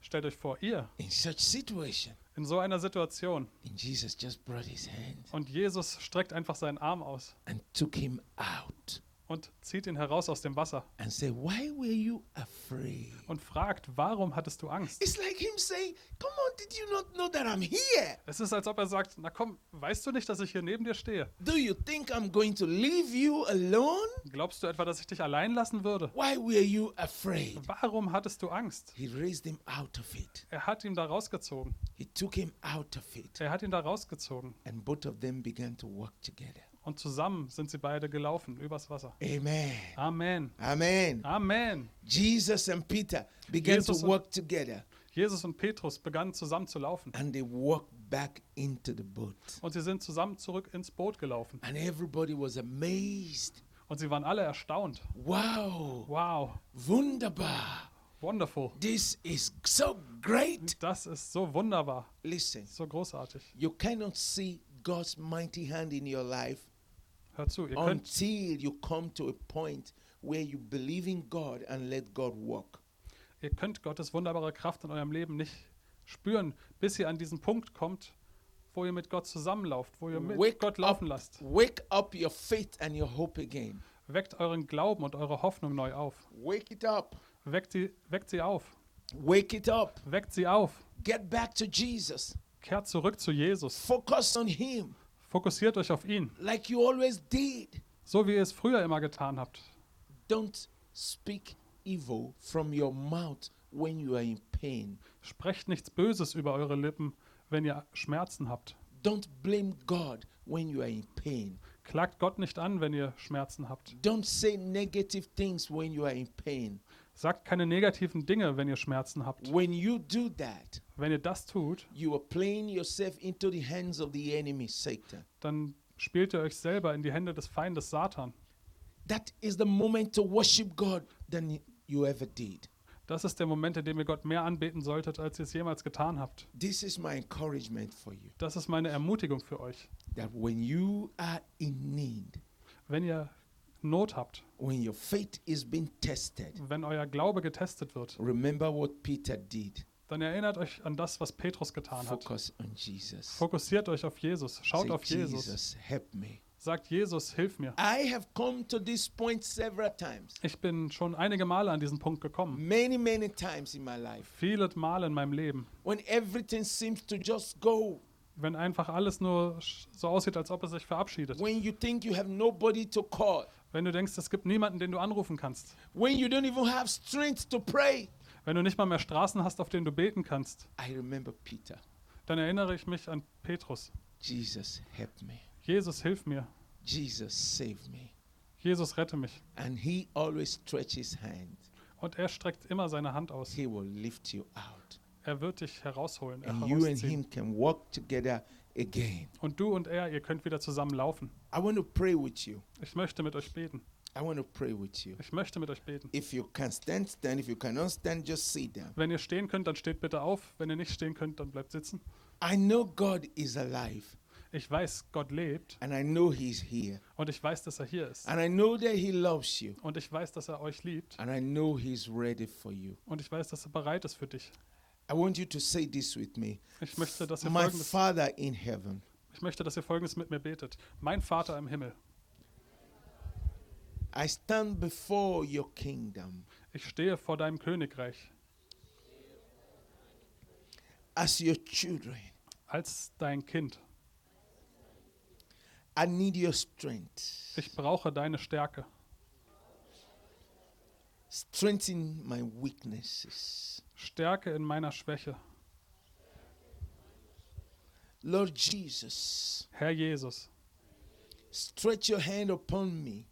Speaker 2: Stellt euch vor, ihr
Speaker 1: in such situation.
Speaker 2: in so einer Situation
Speaker 1: And Jesus just brought his hands
Speaker 2: und Jesus streckt einfach seinen Arm aus
Speaker 1: and took him out
Speaker 2: und zieht ihn heraus aus dem Wasser
Speaker 1: and said, Why were you afraid?
Speaker 2: und fragt, warum hattest du Angst?
Speaker 1: It's like him saying, Come on, did you not know that I'm here?
Speaker 2: Es ist, als ob er sagt, na komm, weißt du nicht, dass ich hier neben dir stehe?
Speaker 1: Do you think I'm going to leave you alone?
Speaker 2: Glaubst du etwa, dass ich dich allein lassen würde?
Speaker 1: Why were you afraid?
Speaker 2: Warum hattest du Angst?
Speaker 1: He raised him out of it.
Speaker 2: Er hat ihn da rausgezogen.
Speaker 1: He took him out of it.
Speaker 2: Er hat ihn da rausgezogen.
Speaker 1: And both of them began to walk together.
Speaker 2: Und zusammen sind sie beide gelaufen übers Wasser.
Speaker 1: Amen.
Speaker 2: Amen.
Speaker 1: Amen.
Speaker 2: Amen.
Speaker 1: Jesus and Peter began
Speaker 2: Jesus
Speaker 1: to
Speaker 2: and-
Speaker 1: walk together
Speaker 2: Jesus und Petrus begannen zusammen zu laufen.
Speaker 1: and they walked back into the boat.
Speaker 2: Und sie sind zusammen zurück ins Boot gelaufen.
Speaker 1: And everybody was amazed.
Speaker 2: Und sie waren alle erstaunt.
Speaker 1: Wow,
Speaker 2: Wow,
Speaker 1: wunderbar.
Speaker 2: wonderful.
Speaker 1: This is so great.
Speaker 2: Das ist so wunderbar,
Speaker 1: Listen,
Speaker 2: so großartig.
Speaker 1: you cannot see God's mighty hand in your life
Speaker 2: Hört zu, ihr könnt,
Speaker 1: until you come to a point where you believe in God and let God work.
Speaker 2: ihr könnt Gottes wunderbare Kraft in eurem Leben nicht spüren, bis ihr an diesen Punkt kommt, wo ihr mit Gott zusammenlauft, wo ihr mit
Speaker 1: Wake
Speaker 2: Gott
Speaker 1: up,
Speaker 2: laufen lasst.
Speaker 1: wake up your faith and your hope again.
Speaker 2: Weckt euren Glauben und eure Hoffnung neu auf.
Speaker 1: Wake it up.
Speaker 2: Weckt sie, weckt sie auf.
Speaker 1: Wake it up.
Speaker 2: Weckt sie auf.
Speaker 1: Get back to Jesus.
Speaker 2: Kehrt zurück zu Jesus.
Speaker 1: Focus on Him
Speaker 2: Fokussiert euch auf ihn,
Speaker 1: like you always did.
Speaker 2: so wie ihr es früher immer getan habt.
Speaker 1: Don't speak evil from your mouth when you are in pain.
Speaker 2: Sprecht nichts Böses über eure Lippen, wenn ihr Schmerzen habt.
Speaker 1: Don't blame God when you are in pain.
Speaker 2: Klagt Gott nicht an, wenn ihr Schmerzen habt.
Speaker 1: Don't say negative things when you are in pain.
Speaker 2: Sagt keine negativen Dinge, wenn ihr Schmerzen habt.
Speaker 1: When you do that,
Speaker 2: Wenn ihr das tut,
Speaker 1: you are playing yourself into the hands of the enemy, Satan.
Speaker 2: dann spielt ihr euch selber in die Hände des Feindes Satan.
Speaker 1: That is the moment to worship God than you ever did.
Speaker 2: Das ist der Moment, in dem ihr Gott mehr anbeten solltet, als ihr es jemals getan habt.
Speaker 1: This is my encouragement for you
Speaker 2: Das ist meine Ermutigung für euch.
Speaker 1: that when you are in need,
Speaker 2: Wenn ihr Not habt,
Speaker 1: when your faith is being tested,
Speaker 2: wenn euer Glaube getestet wird,
Speaker 1: remember what Peter did.
Speaker 2: dann erinnert euch an das, was Petrus getan hat.
Speaker 1: Focus on Jesus.
Speaker 2: Fokussiert euch auf Jesus. Schaut
Speaker 1: Say,
Speaker 2: auf Jesus.
Speaker 1: Jesus, help me.
Speaker 2: Sagt Jesus, hilf mir.
Speaker 1: I have come to this point several times,
Speaker 2: Ich bin schon einige Male an diesen Punkt gekommen.
Speaker 1: many, many times in my life,
Speaker 2: Viele Male in meinem Leben.
Speaker 1: when everything seems to just go,
Speaker 2: Wenn einfach alles nur sch- so aussieht, als ob es sich verabschiedet.
Speaker 1: when you think you have nobody to call,
Speaker 2: Wenn du denkst, es gibt niemanden, den du anrufen kannst.
Speaker 1: when you don't even have strength to pray.
Speaker 2: Wenn du nicht mal mehr Straßen hast, auf denen du beten kannst.
Speaker 1: I remember Peter.
Speaker 2: Dann erinnere ich mich an Petrus.
Speaker 1: Jesus, help me.
Speaker 2: Jesus, hilf mir.
Speaker 1: Jesus, save me.
Speaker 2: Jesus, rette mich.
Speaker 1: And he always stretches hand.
Speaker 2: Und er streckt immer seine Hand aus.
Speaker 1: He will lift you out.
Speaker 2: Er wird dich herausholen. Er
Speaker 1: And you and
Speaker 2: herausziehen.
Speaker 1: him can walk together again.
Speaker 2: Und du und er, ihr könnt wieder zusammen laufen.
Speaker 1: I want to pray with you.
Speaker 2: Ich möchte mit euch beten.
Speaker 1: I want to pray with you.
Speaker 2: Ich möchte mit euch beten.
Speaker 1: If you can stand, stand. If you cannot stand, just sit down.
Speaker 2: Wenn ihr stehen könnt, dann steht bitte auf. Wenn ihr nicht stehen könnt, dann bleibt sitzen.
Speaker 1: I know God is alive.
Speaker 2: Ich weiß, Gott lebt
Speaker 1: And I know he's here.
Speaker 2: und ich weiß, dass er hier ist.
Speaker 1: And I know that he loves you.
Speaker 2: Und ich weiß, dass er euch liebt
Speaker 1: And I know he's ready for you.
Speaker 2: und ich weiß, dass er bereit ist für dich.
Speaker 1: I want you to say this with me.
Speaker 2: Ich möchte, dass ihr
Speaker 1: My
Speaker 2: folgendes,
Speaker 1: Father in heaven,
Speaker 2: ich möchte, dass ihr folgendes mit mir betet. Mein Vater im Himmel,
Speaker 1: I stand before your kingdom
Speaker 2: ich stehe vor deinem Königreich
Speaker 1: as your children.
Speaker 2: als dein Kind.
Speaker 1: I need your strength.
Speaker 2: Ich brauche deine Stärke.
Speaker 1: Strengthen my weaknesses.
Speaker 2: Stärke in meiner Schwäche.
Speaker 1: Lord Jesus,
Speaker 2: Herr Jesus,
Speaker 1: stretch your hand upon me.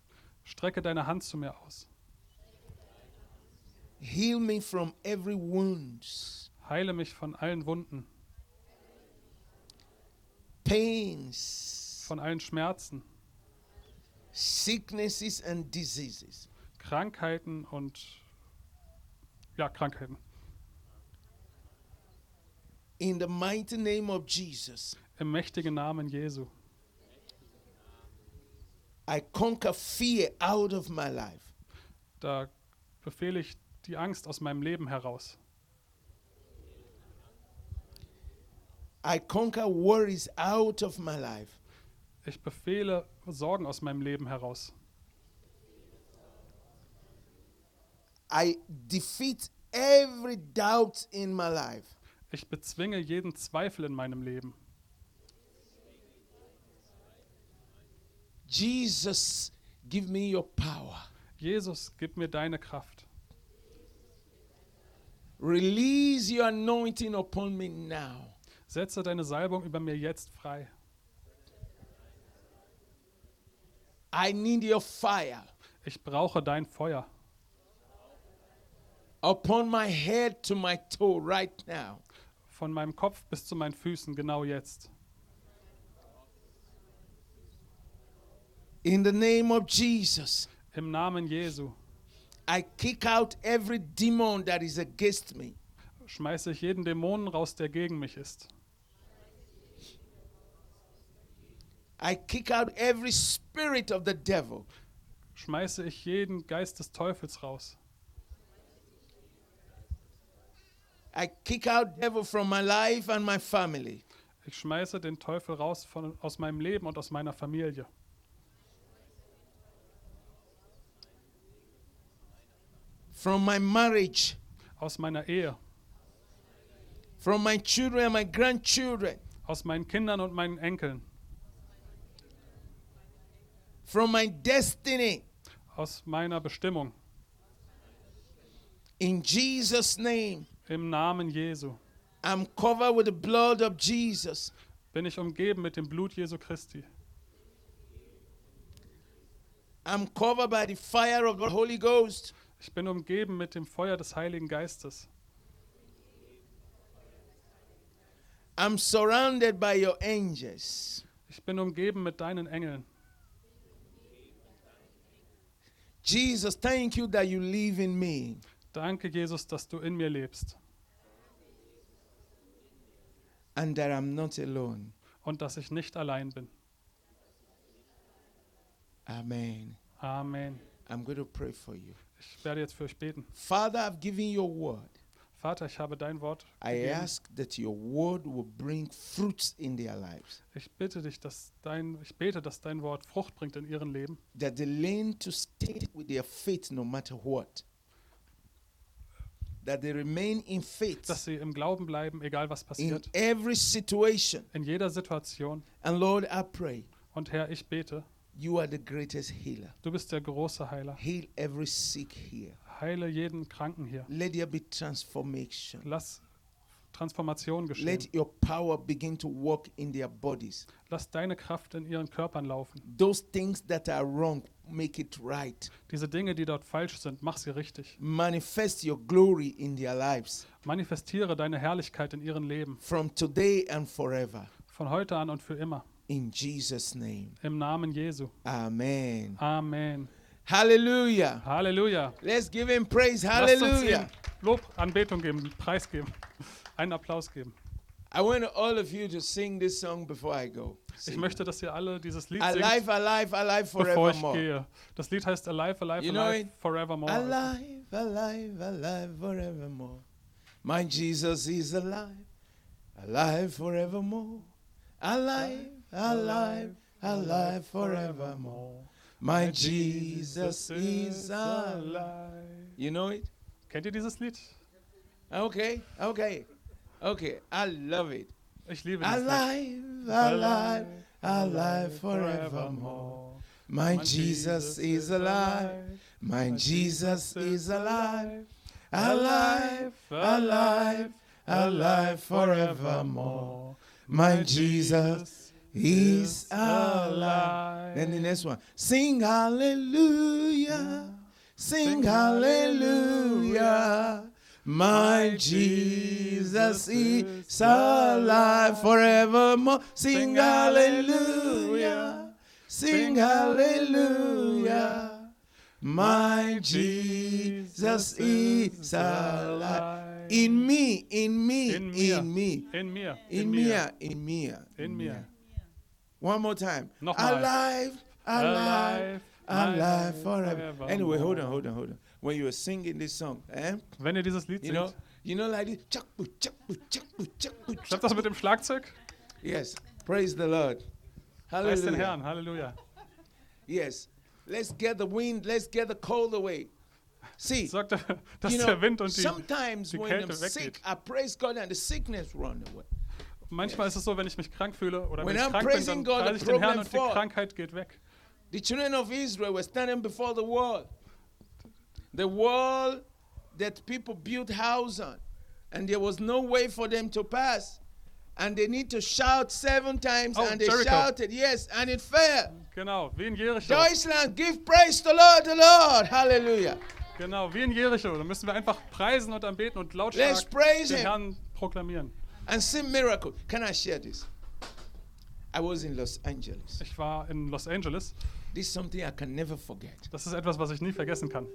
Speaker 2: strecke deine Hand zu mir aus.
Speaker 1: Heal me from every wound.
Speaker 2: Heile mich von allen Wunden,
Speaker 1: pains,
Speaker 2: von allen Schmerzen,
Speaker 1: sicknesses, and diseases.
Speaker 2: Krankheiten und ja, Krankheiten.
Speaker 1: In the mighty name of Jesus,
Speaker 2: Im mächtigen Namen Jesu.
Speaker 1: I conquer fear out of my life.
Speaker 2: Da befehle ich die Angst aus meinem Leben heraus.
Speaker 1: I conquer worries out of my life.
Speaker 2: Ich befehle Sorgen aus meinem Leben heraus.
Speaker 1: I defeat every doubt in my life.
Speaker 2: Ich bezwinge jeden Zweifel in meinem Leben.
Speaker 1: Jesus, give me your power.
Speaker 2: Jesus, gib mir deine Kraft.
Speaker 1: Release your anointing upon me now.
Speaker 2: Setze deine Salbung über mir jetzt frei.
Speaker 1: I need your fire
Speaker 2: Ich brauche dein Feuer
Speaker 1: upon my head to my toe right now.
Speaker 2: von meinem Kopf bis zu meinen Füßen genau jetzt.
Speaker 1: In the name of Jesus,
Speaker 2: Im Namen Jesu
Speaker 1: I kick out every demon that is against me.
Speaker 2: schmeiße ich jeden Dämonen raus, der gegen mich ist.
Speaker 1: I kick out every spirit of the devil.
Speaker 2: Schmeiße ich jeden Geist des Teufels raus.
Speaker 1: I kick out devil from my life and my family.
Speaker 2: Ich schmeiße den Teufel raus von, aus meinem Leben und aus meiner Familie.
Speaker 1: from my marriage,
Speaker 2: Aus meiner Ehe,
Speaker 1: from my children and my grandchildren,
Speaker 2: aus meinen Kindern und meinen Enkeln,
Speaker 1: from my destiny.
Speaker 2: aus meiner Bestimmung.
Speaker 1: In Jesus' name,
Speaker 2: Im Namen Jesu
Speaker 1: I'm covered with the blood of Jesus.
Speaker 2: bin ich umgeben mit dem Blut Jesu Christi.
Speaker 1: I'm covered by the fire of the Holy Ghost.
Speaker 2: Ich bin umgeben mit dem Feuer des Heiligen Geistes.
Speaker 1: I'm surrounded by your angels.
Speaker 2: Ich bin umgeben mit deinen Engeln.
Speaker 1: Jesus, thank you that you live in me.
Speaker 2: Danke, Jesus, dass du in mir lebst
Speaker 1: and that I'm not alone.
Speaker 2: und dass ich nicht allein bin.
Speaker 1: Amen.
Speaker 2: Amen.
Speaker 1: I'm going to pray for you.
Speaker 2: Ich werde jetzt für euch beten.
Speaker 1: Father, I've given you your word.
Speaker 2: Vater, ich habe dein Wort.
Speaker 1: I
Speaker 2: gegeben.
Speaker 1: ask that your word will bring fruits in their lives,
Speaker 2: Ich bitte dich, dass dein, ich bete, dass dein Wort Frucht bringt in ihren Leben,
Speaker 1: that they learn to stay with their faith no matter what, that they remain in
Speaker 2: dass
Speaker 1: faith
Speaker 2: sie im Glauben bleiben, egal was
Speaker 1: in
Speaker 2: passiert,
Speaker 1: every situation.
Speaker 2: in jeder Situation.
Speaker 1: And Lord, I pray
Speaker 2: Und Herr, ich bete,
Speaker 1: you are the greatest healer.
Speaker 2: du bist der große Heiler.
Speaker 1: Heal every sick here.
Speaker 2: Heile jeden Kranken hier.
Speaker 1: Let there be transformation.
Speaker 2: Lass Transformation geschehen.
Speaker 1: Let your power begin to work in their bodies.
Speaker 2: Lass deine Kraft in ihren Körpern laufen.
Speaker 1: Those things that are wrong, make it right.
Speaker 2: Diese Dinge, die dort falsch sind, mach sie richtig.
Speaker 1: Manifest your glory in their lives
Speaker 2: Manifestiere deine Herrlichkeit in ihren Leben,
Speaker 1: from today and forever.
Speaker 2: von heute an und für immer.
Speaker 1: In Jesus' name.
Speaker 2: Im Namen Jesu.
Speaker 1: Amen.
Speaker 2: Amen.
Speaker 1: Hallelujah.
Speaker 2: Halleluja.
Speaker 1: Let's give him praise.
Speaker 2: Lasst
Speaker 1: Hallelujah.
Speaker 2: uns ihm Lob, Anbetung geben, Preis geben, einen Applaus geben.
Speaker 1: I want all of you to sing this song before I go.
Speaker 2: Ich möchte, dass ihr alle dieses Lied
Speaker 1: Alive,
Speaker 2: singt,
Speaker 1: alive, alive
Speaker 2: bevor ich
Speaker 1: forevermore.
Speaker 2: gehe. Das Lied heißt Alive, Alive,
Speaker 1: You know
Speaker 2: Alive,
Speaker 1: it?
Speaker 2: Forevermore.
Speaker 1: Alive, alive, alive forevermore. My Jesus is alive, alive forevermore. Alive, alive, alive forevermore. My Jesus is alive. You know it?
Speaker 2: Kennt ihr dieses Lied?
Speaker 1: Okay, okay, okay. I love it.
Speaker 2: Ich liebe dieses Lied.
Speaker 1: Alive, alive, our life forevermore. My Jesus is alive. My Jesus is alive. Alive, alive, alive forevermore. My Jesus is alive. Then the next one. Sing hallelujah. Sing hallelujah. My Jesus is alive forevermore. Sing hallelujah. Sing hallelujah. My Jesus is alive. In me, in me,
Speaker 2: In mir.
Speaker 1: in me.
Speaker 2: In mir.
Speaker 1: In mir, in ah. mir.
Speaker 2: In mir.
Speaker 1: One more time.
Speaker 2: Nochmal.
Speaker 1: Alive, alive, alive,
Speaker 2: alive
Speaker 1: forever.
Speaker 2: forevermore.
Speaker 1: Anyway, hold on, hold on, hold on. When you were singing this song, eh?
Speaker 2: Wenn ihr dieses Lied
Speaker 1: You
Speaker 2: singt,
Speaker 1: know, you know, like this. Chakbu, chakbu, chakbu, chakbu,
Speaker 2: klappt das
Speaker 1: chakbu.
Speaker 2: mit dem Schlagzeug?
Speaker 1: Yes. Praise the Lord.
Speaker 2: Preis den
Speaker 1: Hallelujah.
Speaker 2: Herrn, Halleluja.
Speaker 1: Yes. Let's get the wind. Let's get the cold away. See,
Speaker 2: Sorgt dafür, dass
Speaker 1: you know,
Speaker 2: der Wind und die.
Speaker 1: sometimes
Speaker 2: die
Speaker 1: when I'm
Speaker 2: Kälte
Speaker 1: sick,
Speaker 2: weggeht.
Speaker 1: I praise God and the sickness run away.
Speaker 2: Manchmal ist es so, wenn ich mich krank fühle oder
Speaker 1: When
Speaker 2: wenn ich
Speaker 1: I'm
Speaker 2: krank bin,
Speaker 1: praising
Speaker 2: dann
Speaker 1: God,
Speaker 2: preise ich
Speaker 1: the
Speaker 2: den Herrn
Speaker 1: problem
Speaker 2: und die
Speaker 1: falls.
Speaker 2: Krankheit geht weg.
Speaker 1: The children of Israel were standing before the wall. The wall that people built houses on. And there was no way for them to pass. And they need to shout seven times.
Speaker 2: Oh,
Speaker 1: and they
Speaker 2: Jericho.
Speaker 1: shouted, yes, and it fell.
Speaker 2: Genau, wie in Jericho.
Speaker 1: Deutschland, give praise to Lord, the Lord. Hallelujah.
Speaker 2: Genau, wie in Jericho. Da müssen wir einfach preisen und anbeten und
Speaker 1: Let's
Speaker 2: lautstark
Speaker 1: praise
Speaker 2: den
Speaker 1: him.
Speaker 2: Herrn proklamieren.
Speaker 1: And see miracle. Can I share this? I was in Los Angeles.
Speaker 2: Ich war in Los Angeles.
Speaker 1: This is something I can never forget.
Speaker 2: Das ist etwas, was ich nie vergessen kann.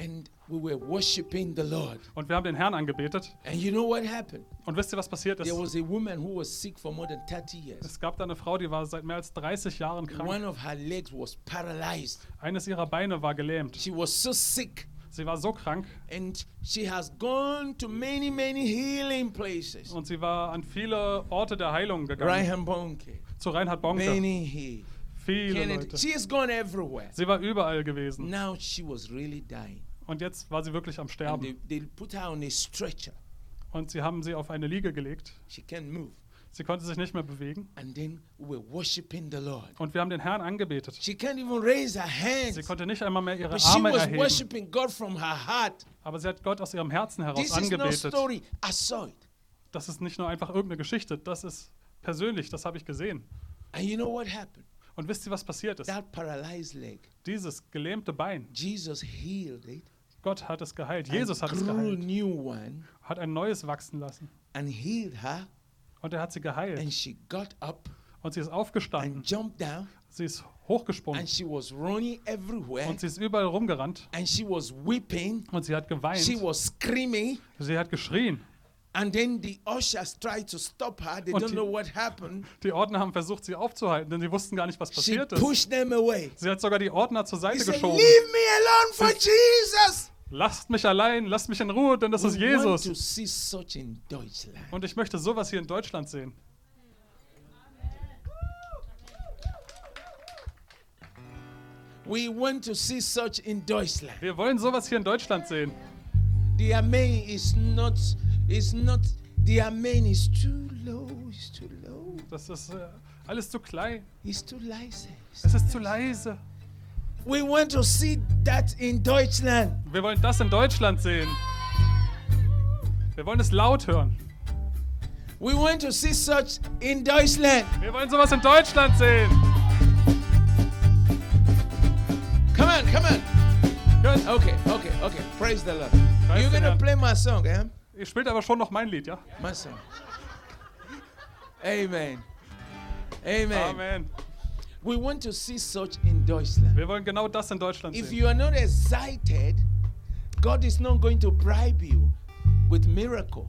Speaker 1: And we were worshiping the Lord.
Speaker 2: Und wir haben den Herrn angebetet.
Speaker 1: And you know what happened?
Speaker 2: Und wisst ihr, was passiert
Speaker 1: There
Speaker 2: ist?
Speaker 1: was a woman who was sick for more than 30 years.
Speaker 2: Es gab da eine Frau, die war seit mehr als 30 Jahren krank.
Speaker 1: One of her legs was paralyzed.
Speaker 2: Eines ihrer Beine war gelähmt.
Speaker 1: She was so sick.
Speaker 2: Sie war so krank
Speaker 1: And she has gone to many, many healing places.
Speaker 2: und sie war an viele Orte der Heilung gegangen.
Speaker 1: Ryan Bonke,
Speaker 2: Zu Reinhard Bonke.
Speaker 1: Benny Hill,
Speaker 2: Viele
Speaker 1: Kennedy.
Speaker 2: Leute.
Speaker 1: She has gone everywhere.
Speaker 2: Sie war überall gewesen.
Speaker 1: Now she was really dying.
Speaker 2: Und jetzt war sie wirklich am
Speaker 1: And
Speaker 2: Sterben.
Speaker 1: they, they put her on a stretcher.
Speaker 2: Und sie haben sie auf eine Liege gelegt.
Speaker 1: She can't move.
Speaker 2: Sie konnte sich nicht mehr bewegen.
Speaker 1: And then we were worshiping the Lord.
Speaker 2: Und wir haben den Herrn angebetet.
Speaker 1: She can't even raise her
Speaker 2: Sie
Speaker 1: hands.
Speaker 2: konnte nicht einmal mehr ihre
Speaker 1: But she
Speaker 2: Arme
Speaker 1: was
Speaker 2: erheben,
Speaker 1: worshiping God from her heart.
Speaker 2: aber sie hat Gott aus ihrem Herzen heraus
Speaker 1: This is no
Speaker 2: angebetet.
Speaker 1: story. I saw it.
Speaker 2: Das ist nicht nur einfach irgendeine Geschichte, das ist persönlich, das habe ich gesehen.
Speaker 1: And you know what happened?
Speaker 2: Und wisst ihr, was passiert ist?
Speaker 1: That paralyzed leg,
Speaker 2: Dieses gelähmte Bein,
Speaker 1: Jesus healed it.
Speaker 2: Gott hat es geheilt,
Speaker 1: and
Speaker 2: Jesus hat es
Speaker 1: grew
Speaker 2: geheilt,
Speaker 1: new one
Speaker 2: hat ein neues wachsen lassen.
Speaker 1: and healed her.
Speaker 2: Und er hat sie
Speaker 1: And
Speaker 2: geheilt.
Speaker 1: she got up
Speaker 2: Und sie ist
Speaker 1: and
Speaker 2: aufgestanden,
Speaker 1: jumped down.
Speaker 2: sie ist
Speaker 1: And
Speaker 2: hochgesprungen
Speaker 1: she was running everywhere.
Speaker 2: und sie ist überall rumgerannt
Speaker 1: And she was weeping.
Speaker 2: und sie hat
Speaker 1: She
Speaker 2: geweint,
Speaker 1: was screaming.
Speaker 2: sie hat geschrien.
Speaker 1: And then the ushers tried to stop her. They
Speaker 2: Und
Speaker 1: don't
Speaker 2: die-
Speaker 1: know what happened.
Speaker 2: Die Ordner haben versucht, sie aufzuhalten, denn sie wussten gar nicht, was
Speaker 1: She
Speaker 2: passiert ist.
Speaker 1: pushed them away.
Speaker 2: Sie hat sogar die Ordner zur
Speaker 1: He
Speaker 2: Seite
Speaker 1: said, Leave me
Speaker 2: geschoben.
Speaker 1: alone for Jesus.
Speaker 2: Lasst mich allein, lasst mich in Ruhe, denn das ist
Speaker 1: We want
Speaker 2: Jesus.
Speaker 1: to see such in Deutschland.
Speaker 2: Und ich möchte sowas hier in Deutschland sehen.
Speaker 1: We want to see such in Deutschland.
Speaker 2: Wir wollen sowas hier in Deutschland sehen.
Speaker 1: The amen is not, is not, the amen is too low, it's too low,
Speaker 2: Das ist äh, alles zu klein.
Speaker 1: it's too licensed.
Speaker 2: Es ist zu leise.
Speaker 1: We want to see that in Deutschland.
Speaker 2: Wir wollen das in Deutschland sehen. Wir wollen es laut hören.
Speaker 1: We want to see such in Deutschland.
Speaker 2: Wir wollen sowas in Deutschland sehen.
Speaker 1: Come on, come on.
Speaker 2: Gut.
Speaker 1: Okay, okay, okay. Praise the Lord.
Speaker 2: Praise
Speaker 1: You're
Speaker 2: the
Speaker 1: gonna
Speaker 2: Lord.
Speaker 1: play my song, eh?
Speaker 2: Ihr spielt aber schon noch mein Lied, ja?
Speaker 1: My song. Amen. Amen.
Speaker 2: Amen.
Speaker 1: We want to see such in Deutschland.
Speaker 2: Wir wollen genau das in Deutschland
Speaker 1: If
Speaker 2: sehen.
Speaker 1: you are not excited, God is not going to bribe you with miracle.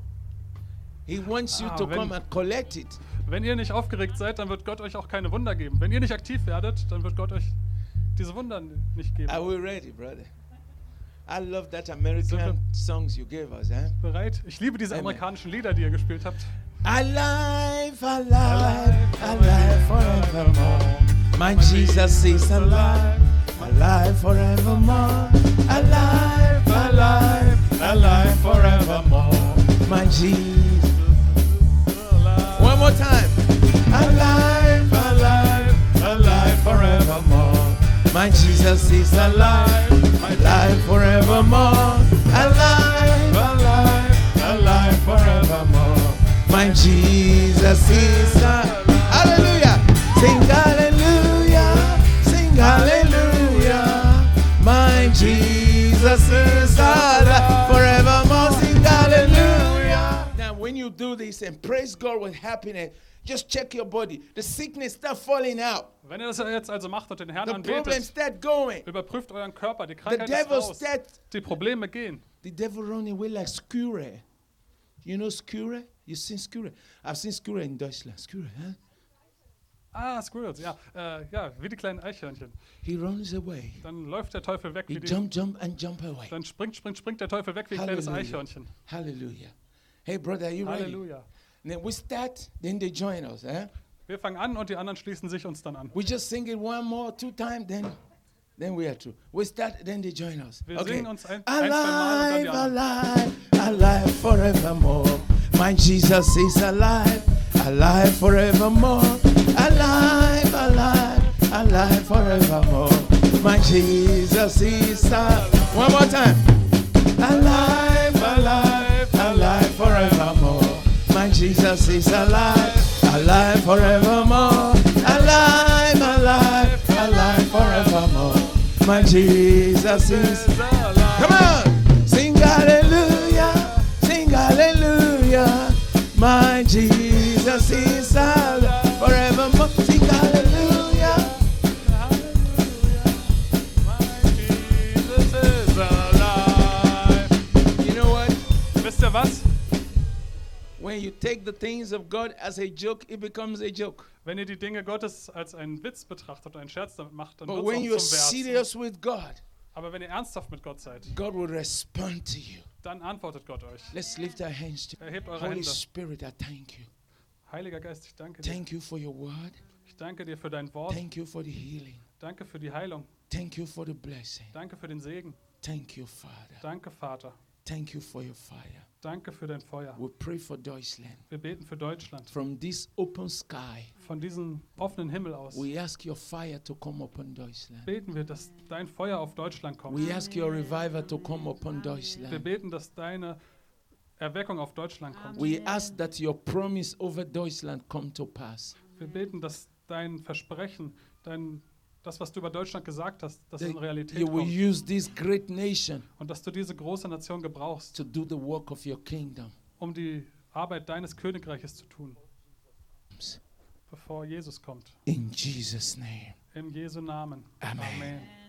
Speaker 1: He wants you
Speaker 2: Ah,
Speaker 1: to
Speaker 2: wenn-
Speaker 1: come and collect it.
Speaker 2: Wenn ihr nicht aufgeregt seid, dann wird Gott euch auch keine Wunder geben. Wenn ihr nicht aktiv werdet, dann wird Gott euch diese Wunder nicht geben.
Speaker 1: Are we ready, brother? I love that American songs you gave us, eh?
Speaker 2: Bereit? Ich liebe diese
Speaker 1: Amen.
Speaker 2: amerikanischen Lieder, die ihr gespielt habt.
Speaker 1: Alive, alive, alive forevermore. My Jesus is alive, alive forevermore. Alive, alive, alive forevermore. My Jesus. One more time. Alive, alive, My Jesus is alive, my life forevermore. Alive, alive, alive forevermore. My Jesus is alive. Hallelujah! Sing hallelujah, sing hallelujah. My Jesus is alive forevermore. Sing hallelujah. Now, when you do this and praise God with happiness, just check your body. The sickness start falling out.
Speaker 2: Wenn ihr das jetzt also macht und den Herrn
Speaker 1: The problems
Speaker 2: anbetet,
Speaker 1: start going.
Speaker 2: überprüft euren Körper, die
Speaker 1: The
Speaker 2: Krankheit ist
Speaker 1: devil
Speaker 2: raus,
Speaker 1: start
Speaker 2: die Probleme gehen.
Speaker 1: The devil run away like Skure. You know Skure? You seen Skure? I've seen Skure in Deutschland. Skure, huh?
Speaker 2: Ah, Squirrels, ja, äh, ja, wie die kleinen Eichhörnchen.
Speaker 1: He runs away.
Speaker 2: Dann läuft der Teufel weg
Speaker 1: He
Speaker 2: wie die,
Speaker 1: jump, jump, and jump away.
Speaker 2: dann springt, springt, springt der Teufel weg wie ein kleines
Speaker 1: Halleluja.
Speaker 2: Eichhörnchen.
Speaker 1: Hallelujah. Hey, brother, are you ready?
Speaker 2: Halleluja.
Speaker 1: Then we start, then they join us. Huh?
Speaker 2: Wir fangen an und die anderen schließen sich uns dann an.
Speaker 1: Um, We just sing it one more, two times, then then we are through. We start, then they join us.
Speaker 2: Wir
Speaker 1: okay.
Speaker 2: singen uns ein- ein, zwei Mal und dann
Speaker 1: alive,
Speaker 2: die anderen.
Speaker 1: alive, alive forevermore. My Jesus is alive, alive forevermore. Alive, alive, alive forevermore. My Jesus is alive. One more time. Alive, alive, alive forevermore. My Jesus is alive, alive forevermore. Alive, alive, alive forevermore. My Jesus is Come on! Sing hallelujah, sing hallelujah. My Jesus is alive forevermore. Sing hallelujah. You know what?
Speaker 2: Wisst ihr was?
Speaker 1: When you take the things of God as a joke, it becomes a joke.
Speaker 2: Wenn ihr die Dinge Gottes als einen Witz betrachtet und einen Scherz damit macht, dann
Speaker 1: But
Speaker 2: wird
Speaker 1: when you're
Speaker 2: es zum Wert.
Speaker 1: serious with God,
Speaker 2: Aber wenn ihr ernsthaft mit Gott seid,
Speaker 1: God will respond to you.
Speaker 2: dann antwortet Gott euch.
Speaker 1: Let's lift our hands to
Speaker 2: Erhebt eure
Speaker 1: Holy
Speaker 2: Hände.
Speaker 1: Spirit, I thank you.
Speaker 2: Heiliger Geist, ich danke dir.
Speaker 1: Thank you for your word.
Speaker 2: Ich danke dir für dein Wort.
Speaker 1: Thank you for the healing.
Speaker 2: Danke für die Heilung.
Speaker 1: Thank you for the blessing.
Speaker 2: Danke für den Segen.
Speaker 1: Thank you, Father.
Speaker 2: Danke, Vater.
Speaker 1: Thank you for your fire.
Speaker 2: Danke für dein Feuer.
Speaker 1: We pray for Deutschland.
Speaker 2: Wir beten für Deutschland.
Speaker 1: From this open sky,
Speaker 2: Von diesem offenen Himmel aus
Speaker 1: we ask your fire to come upon Deutschland.
Speaker 2: beten wir, dass dein Feuer auf Deutschland kommt.
Speaker 1: We ask your revival to come upon
Speaker 2: Wir
Speaker 1: Deutschland.
Speaker 2: beten, dass deine Erweckung auf Deutschland kommt.
Speaker 1: We ask that your promise over Deutschland come to pass.
Speaker 2: Wir beten, dass dein Versprechen, dein, das, was du über Deutschland gesagt hast, dass es
Speaker 1: That
Speaker 2: in Realität
Speaker 1: you will
Speaker 2: kommt.
Speaker 1: use this great nation
Speaker 2: Und dass du diese große Nation gebrauchst,
Speaker 1: to do the work of your kingdom.
Speaker 2: um die Arbeit deines Königreiches zu tun, bevor Jesus kommt.
Speaker 1: In Jesus' name.
Speaker 2: Im Jesu Namen.
Speaker 1: Amen.
Speaker 2: Amen.